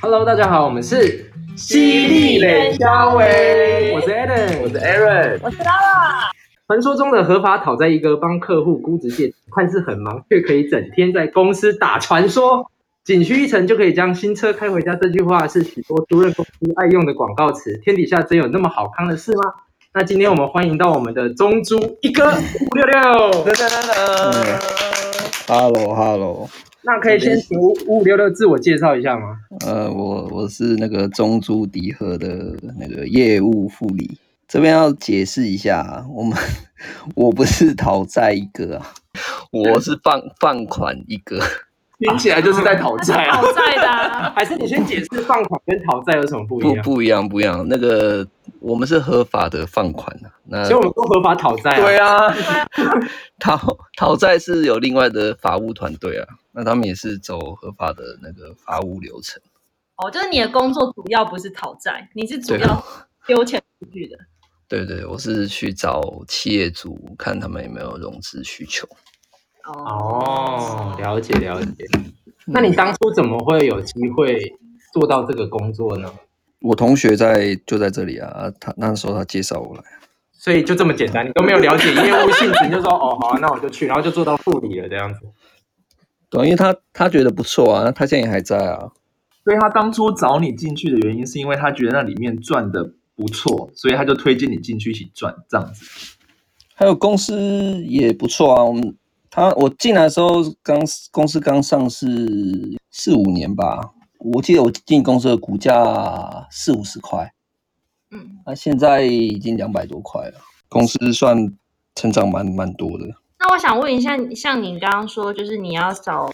Hello，大家好，我们是犀利冷肖维我是 Adam，我是 Aaron，我知道了，传说中的合法讨债一哥帮客户估值借，看似很忙，却可以整天在公司打传说。仅需一层就可以将新车开回家，这句话是许多租赁公司爱用的广告词。天底下真有那么好康的事吗？那今天我们欢迎到我们的中租一哥五 六六，噔噔噔嗯噔。 Hello Hello，那可以嗯先请五五六六自我介绍一下吗？呃，我我是那个中珠迪和的那个业务副理，这边要解释一下啊，我们我不是讨债一个啊， 我是放放款一个，听起来就是在讨债 啊！好在的 啊、还是你先解释放款跟讨债有什么不一不样？不一样不一样，那个我们是合法的放款啊，那所以我们都合法讨债、啊。对啊， 讨讨债是有另外的法务团队啊，那他们也是走合法的那个法务流程，哦，就是你的工作主要不是讨债，你是主对要丢钱出去的。对对，我是去找企业主看他们有没有融资需求。哦，了解了解。嗯那你当初怎么会有机会做到这个工作呢？我同学在就在这里啊，啊他那时候他介绍我来，所以就这么简单，你都没有了解业务性质，你就说哦好、啊，那我就去，然后就做到副理了这样子。 对啊、因为他他觉得不错啊，他现在也还在啊，所以他当初找你进去的原因，是因为他觉得那里面赚的不错，所以他就推荐你进去一起赚这样子。还有公司也不错啊。我们他我进来的时候刚公司刚上市四五年吧，我记得我进公司的股价四五十块，嗯，那、现在已经两百多块了，公司算成长蛮蛮多的。那我想问一下，像你刚刚说，就是你要找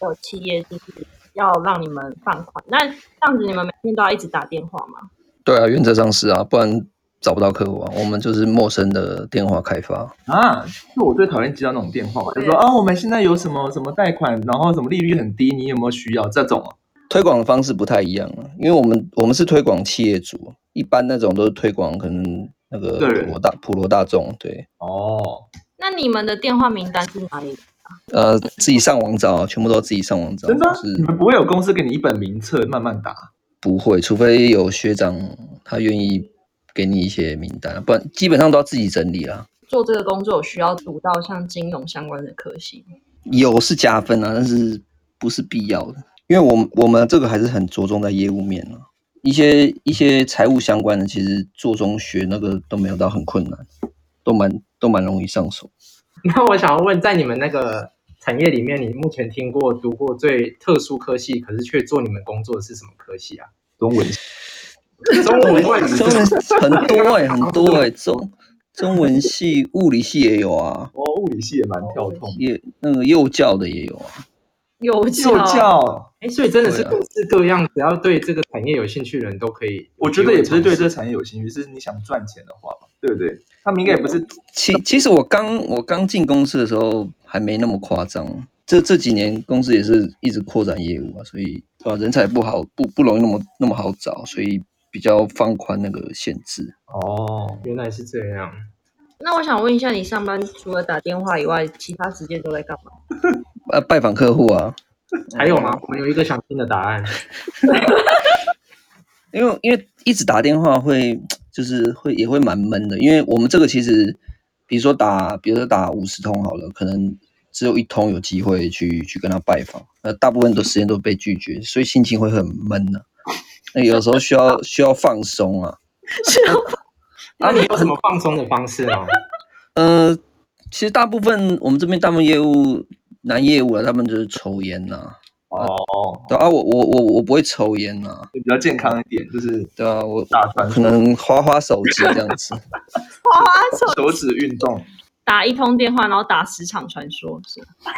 有企业，就是要让你们放款，那这样子你们每天都要一直打电话吗？对啊，原则上是啊，不然找不到客户啊。我们就是陌生的电话开发。啊，就我最讨厌接到那种电话，就说啊，我们现在有什么什么贷款，然后什么利率很低，你有没有需要这种啊？推广的方式不太一样啊，因为我们我们是推广企业主，一般那种都是推广可能那个个人普罗大普罗大众，对，哦，那你们的电话名单是哪里？呃，自己上网找，全部都自己上网找，真的啊就？你们是不会有公司给你一本名册慢慢打？不会，除非有学长他愿意给你一些名单，不然基本上都要自己整理啦。做这个工作有需要读到像金融相关的科系吗？有是加分啊，但是不是必要的，因为我们我们这个还是很着重在业务面啊，一些一些财务相关的，其实做中学那个都没有到很困难，都蛮都蛮容易上手。那我想要问，在你们那个产业里面，你目前听过、读过最特殊科系，可是却做你们工作的是什么科系啊？中文中文问题中文很多哎、很多哎、中中文系、物理系也有啊，哦，物理系也蛮跳痛的，也那个幼教的也有啊。有哦幼教。哎，所以真的是各式各样，只要对这个产业有兴趣的人都可以。我觉得也不是对这个产业有兴趣，是你想赚钱的话吧，对不对？他们应该也不是其其实我刚我刚进公司的时候还没那么夸张，这这几年公司也是一直扩展业务啊，所以啊人才不好不不容易那么那么好找，所以比较放宽那个限制。哦，原来是这样。那我想问一下，你上班除了打电话以外，其他时间都在干嘛？啊，拜访客户啊，还有吗？我们有一个想听的答案。因为因为一直打电话会就是会也会蛮闷的，因为我们这个其实，比如说打，比如说打五十通好了，可能只有一通有机会去去跟他拜访，那大部分的时间都被拒绝，所以心情会很闷呢、那有时候需要需要放松啊，那啊你有什么放松的方式哦吗？呃，其实大部分我们这边大部分业务男业务啊，他们就是抽烟呐、哦，对啊，我我我我不会抽烟呐、就比较健康一点，就是对啊，我大传可能花花手机这样子。手指运动。打一通电话，然后打十场传说，是吗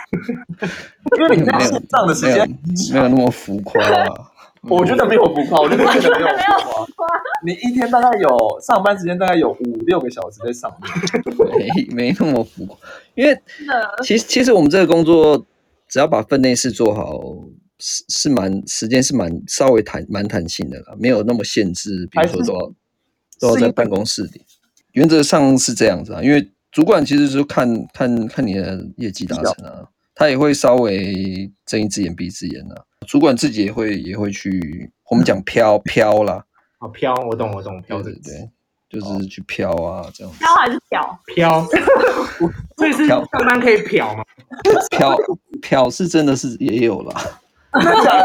因 为你在线上的时间，没有没有那么浮夸、啊。 我觉得没有浮夸，我真的觉得没有浮夸。你一天大概有上班时间大概有五六个小时在上面，没没那么浮夸，因为真的其实其实我们这个工作，只要把分内事做好，是是蛮时间是蛮稍微弹蛮弹性的啦，没有那么限制，比如说都要都要是因在为办公室里。原则上是这样子啊，因为主管其实是看看看你的业绩达成啊，他也会稍微睁一只眼闭一只眼啊。主管自己也会也会去，我们讲飘飘啦， 哦，飘，我懂，我懂，对飘这对个词，对，就是去飘啊这样子，飘还是飘？飘，所以是飘上班可以漂嘛？飘飘是真的是也有啦，呃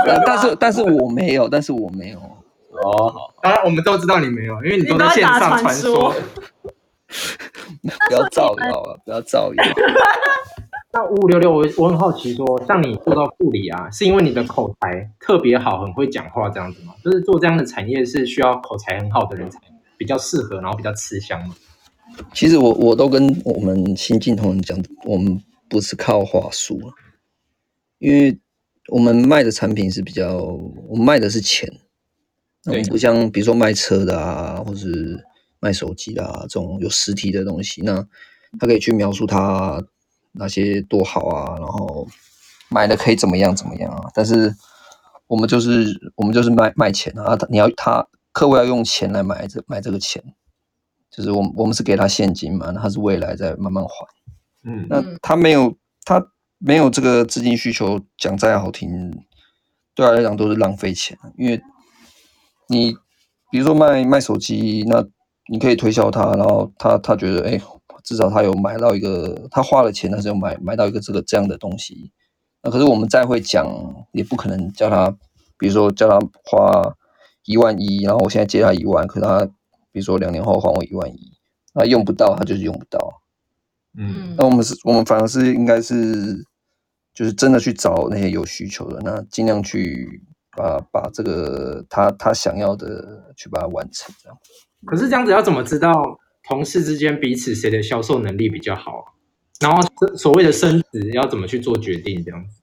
但但是但是我没有，但是我没有，哦，好，当然我们都知道你没有，因为你你都都在在线打上传传说说。不要造谣了，不要造谣。那五五六六，我我很好奇说，像你做到护理啊，是因为你的口才特别好，很会讲话这样子吗？就是做这样的产业是需要口才很好的人才比较适合，然后比较吃香嘛？其实我我都跟我们新进同仁讲，我们不是靠话术啊，因为我们卖的产品是比较，我们卖的是钱，那我们对不像比如说卖车的啊，或是卖手机的啊这种有实体的东西，那他可以去描述他哪些多好啊，然后买了可以怎么样怎么样啊，但是我们就是我们就是卖卖钱啊，他你要他客户要用钱来买这买这个钱。就是我们我们是给他现金嘛，那他是未来再慢慢还。嗯，那嗯他没有他没有这个资金需求，讲再好听，对他来讲都是浪费钱。啊因为你比如说卖卖手机，那你可以推销他，然后他他觉得哎、至少他有买到一个，他花了钱，他是有买买到一个这个这样的东西。那可是我们再会讲，也不可能叫他，比如说叫他花一万一，然后我现在借他一万，可是他比如说两年后还我一万一，那用不到他就是用不到。啊嗯，那我们是，我们反而是应该是，就是真的去找那些有需求的，那尽量去把把这个他他想要的去把它完成，这样。可是这样子要怎么知道同事之间彼此谁的销售能力比较好啊？然后这所谓的升职要怎么去做决定？这样子，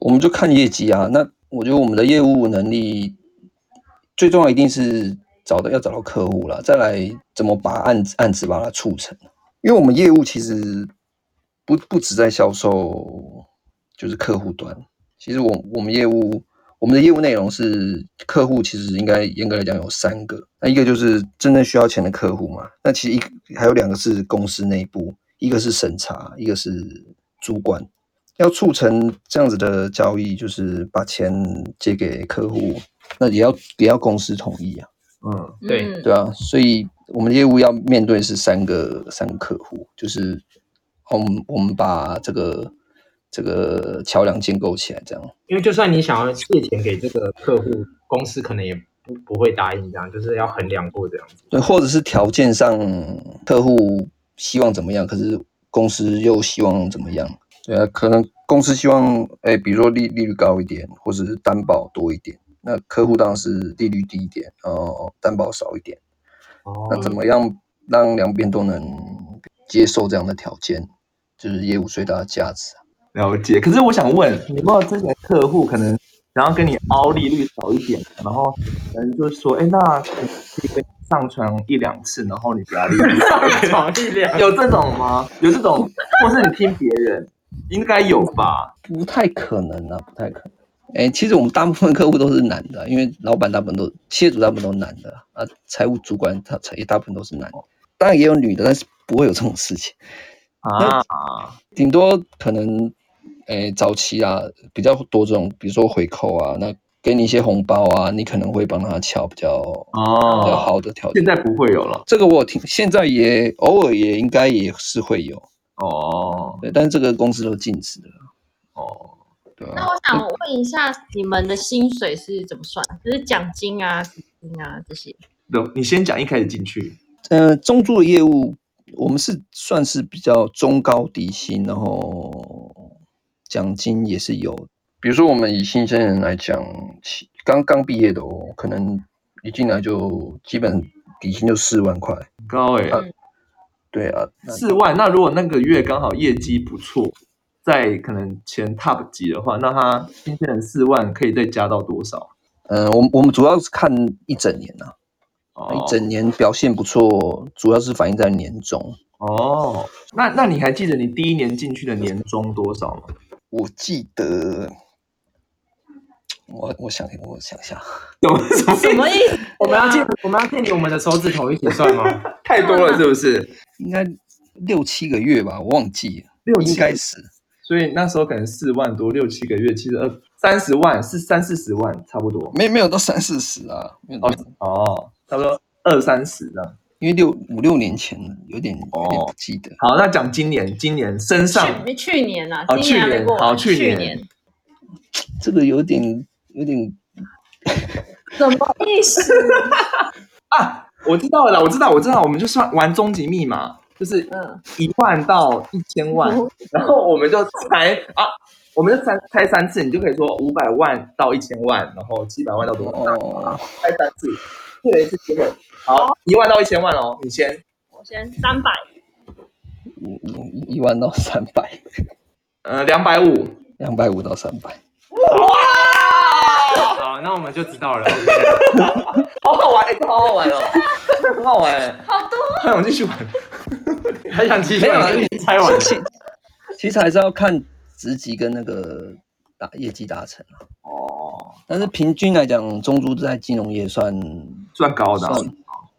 我们就看业绩啊。那我觉得我们的业务能力最重要一定是找到要找到客户啦，再来怎么把案子案子把它促成。啊因为我们业务其实不不只在销售，就是客户端。其实我我们业务我们的业务内容是客户，其实应该严格来讲有三个。那一个就是真正需要钱的客户嘛。那其实一还有两个是公司内部，一个是审查，一个是主管。要促成这样子的交易，就是把钱借给客户，那也要也要公司同意啊，嗯，对，嗯，对啊，所以我们的业务要面对是三个三个客户，就是我们我们把这个这个桥梁建构起来，这样因为就算你想要借钱给这个客户，公司可能也不不会答应这样，就是要衡量过这样子。对，呃或者是条件上客户希望怎么样，可是公司又希望怎么样，对啊，可能公司希望哎，比如说利利率高一点，或者是担保多一点。那客户当然是利率低一点，然后担保少一点。哦那怎么样让两边都能接受这样的条件，就是业务最大的价值啊。了解。可是我想问，你有没有之前客户可能想要跟你凹利率少一点，然后可能就说，哎，那可以跟你上传一两次，然后你给他利率少一点好力量，有这种吗？有这种，或是你听别人，应该有吧？不太可能啊，不太可能。哎、其实我们大部分客户都是男的啊，因为老板大部分都，企业主大部分都是男的啊，啊财务主管他他也大部分都是男的，当然也有女的，但是不会有这种事情，啊，顶多可能，哎、早期啊比较多这种，比如说回扣啊，那给你一些红包啊，你可能会帮他敲比较比较哦，好的条件现。在不会有了，这个我有听，现在也偶尔也应该也是会有，哦对，但是这个公司都禁止的啦，哦，对那啊？我嗯想问一下，你们的薪水是怎么算？就是奖金啊、底薪啊这些。对，你先讲一开始进去，呃，中租的业务我们是算是比较中高底薪，然后奖金也是有。比如说我们以新鲜人来讲，起刚刚毕业的哦，可能一进来就基本底薪就四万块，很高哎、嗯对啊，那四万。那如果那个月刚好业绩不错，在可能前 top 级的话，那他新鲜人四万可以再加到多少？嗯、我们我们主要是看一整年呐、哦，一整年表现不错，主要是反映在年终。哦，那那你还记得你第一年进去的年终多少吗？ 我记得，我我想我想一下，有什么啊什么意思？我们要借我们要借你我们的手指头一起算吗？太多了是不 是？应该六七个月吧，我忘记了，六应七，该是所以那时候可能四万多，六七个月，其实二三十万是三四十万差不多没没有到三四十啊，没有到哦哦，差不多二三十这样。因为六五六年前了，有点有点哦不记得。好，那讲今年，今年身上去去年呐、哦今年还去没年过完，好去去年这个有点有点什么意思？啊，我知道了啦，我知道，我知道，我们就算玩终极密码，就是嗯，一万到一千万，哦然后我们就猜啊，我们就猜猜三次，你就可以说五百万到一千万，然后七百万到多少，哦，猜三次，这个是结尾。好，一万到一千万哦，你先，我先三 百，一一一万到三百，呃，两百五。两百五到三百，哇，好，那我们就知道了。 好好玩，哎、这好好玩哦，很好玩、好多啊很想继续玩。还想继续没有啊已经猜完了。其其实还是要看职级跟那个达业绩达成啊。哦，但是平均来讲，中珠在金融业算算高的啊、算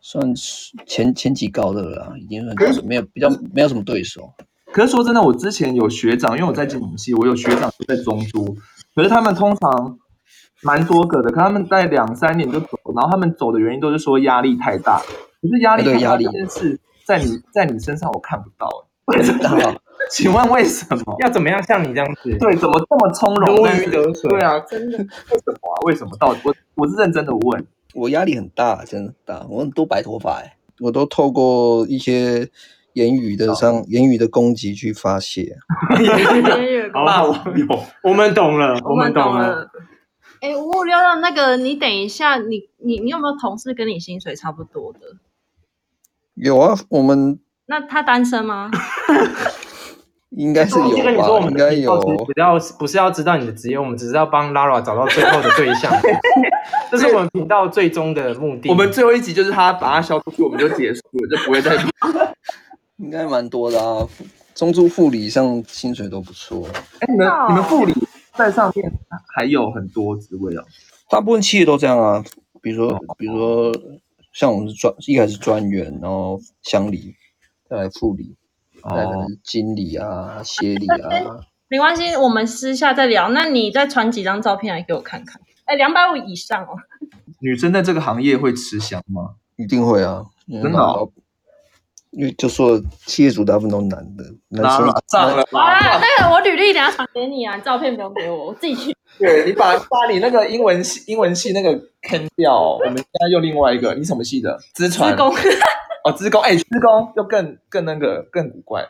算是前前几高的了啦，已经算高的没有比较没有什么对手。可是说真的，我之前有学长，因为我在金融系，我有学长在中珠，可是他们通常蛮多个的，可他们在两三年就走，然后他们走的原因都是说压力太大。可是啊压力对太压大力这件事，在你在你身上我看不 啊到、大佬请问为什么？要怎么样像你这样子？对，怎么这么从容？如但是鱼得水对啊，为真的，什么啊？为什么？到底我我是认真的问。我压力很大，真的很大，我很多白头发哎、我都透过一些言语的上言语的攻击去发泄。好霸王有我们懂了，我们懂了。了。哎，五五六六，那个你等一下，你你你有没有同事跟你薪水差不多的？有啊，我们那他单身吗？应该是我记得啊有你说我吧，们应的该频有道其。实不要不是要知道你的职业，我们只是要帮 Lara 找到最后的对 象，这是我们频道最终的目的。我们最后一集就是他把他消出去，我们就结束了，就不会再录。应该蛮多的啊，副中珠副理上薪水都不错，哎，你们哦你们副理在上面还有很多职位哦。大部分企业都这样啊。比如说，比如说像我们是专一开始专员，然后乡里，再来副理，再来可哦能是经理啊、协理啊。没关系，我们私下再聊。那你再传几张照片来给我看看。哎，两百五以上哦。女生在这个行业会吃香吗？一定会啊，真真的哦因为就说企业主大部分都男的，男拉生拉上了好吧？啦，那个我履历等一下传给你啊，照片不用给我，我自己去。对你把把你那个英文系英文系那个坑掉哦，我们现在用另外一个，你什么系的？资传施工，哦，资工，哎，资工又更更那个更古怪，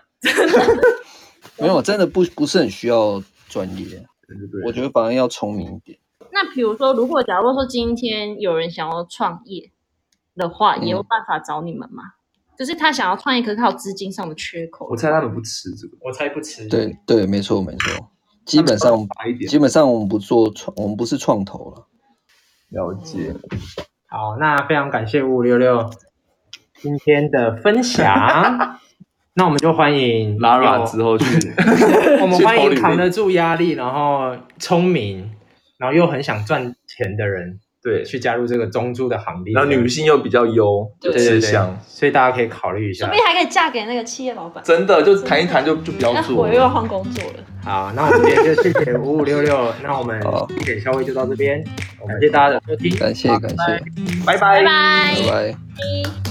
没有真的不不是很需要专业，对对对我觉得反而要聪明一点。 那比如说，如果假如说今天有人想要创业的话，也有办法找你们吗？就是他想要创业，可是他有资金上的缺口我。猜他们不吃这个，我才不吃。对对，没错没错，基本上大一点基本上我们不做创，我们不是创投了。了解。好，那非常感谢五五六六今天的分享。那我们就欢迎 Lara 之后去， 我们去投欢迎履历扛得住压力，然后聪明，然后又很想赚钱的人对，去加入这个中珠的行列。然后女性又比较优，就对对对吃对香，，所以大家可以考虑一说下不。定还可以嫁给那个企业老板。真的就谈一谈就就不要那做我哎又。要换工作了。好，那我们今天就谢谢五五六六，那我们好一点消费就到这边，感谢大家的收听。感谢感谢，拜拜拜拜。拜。拜。拜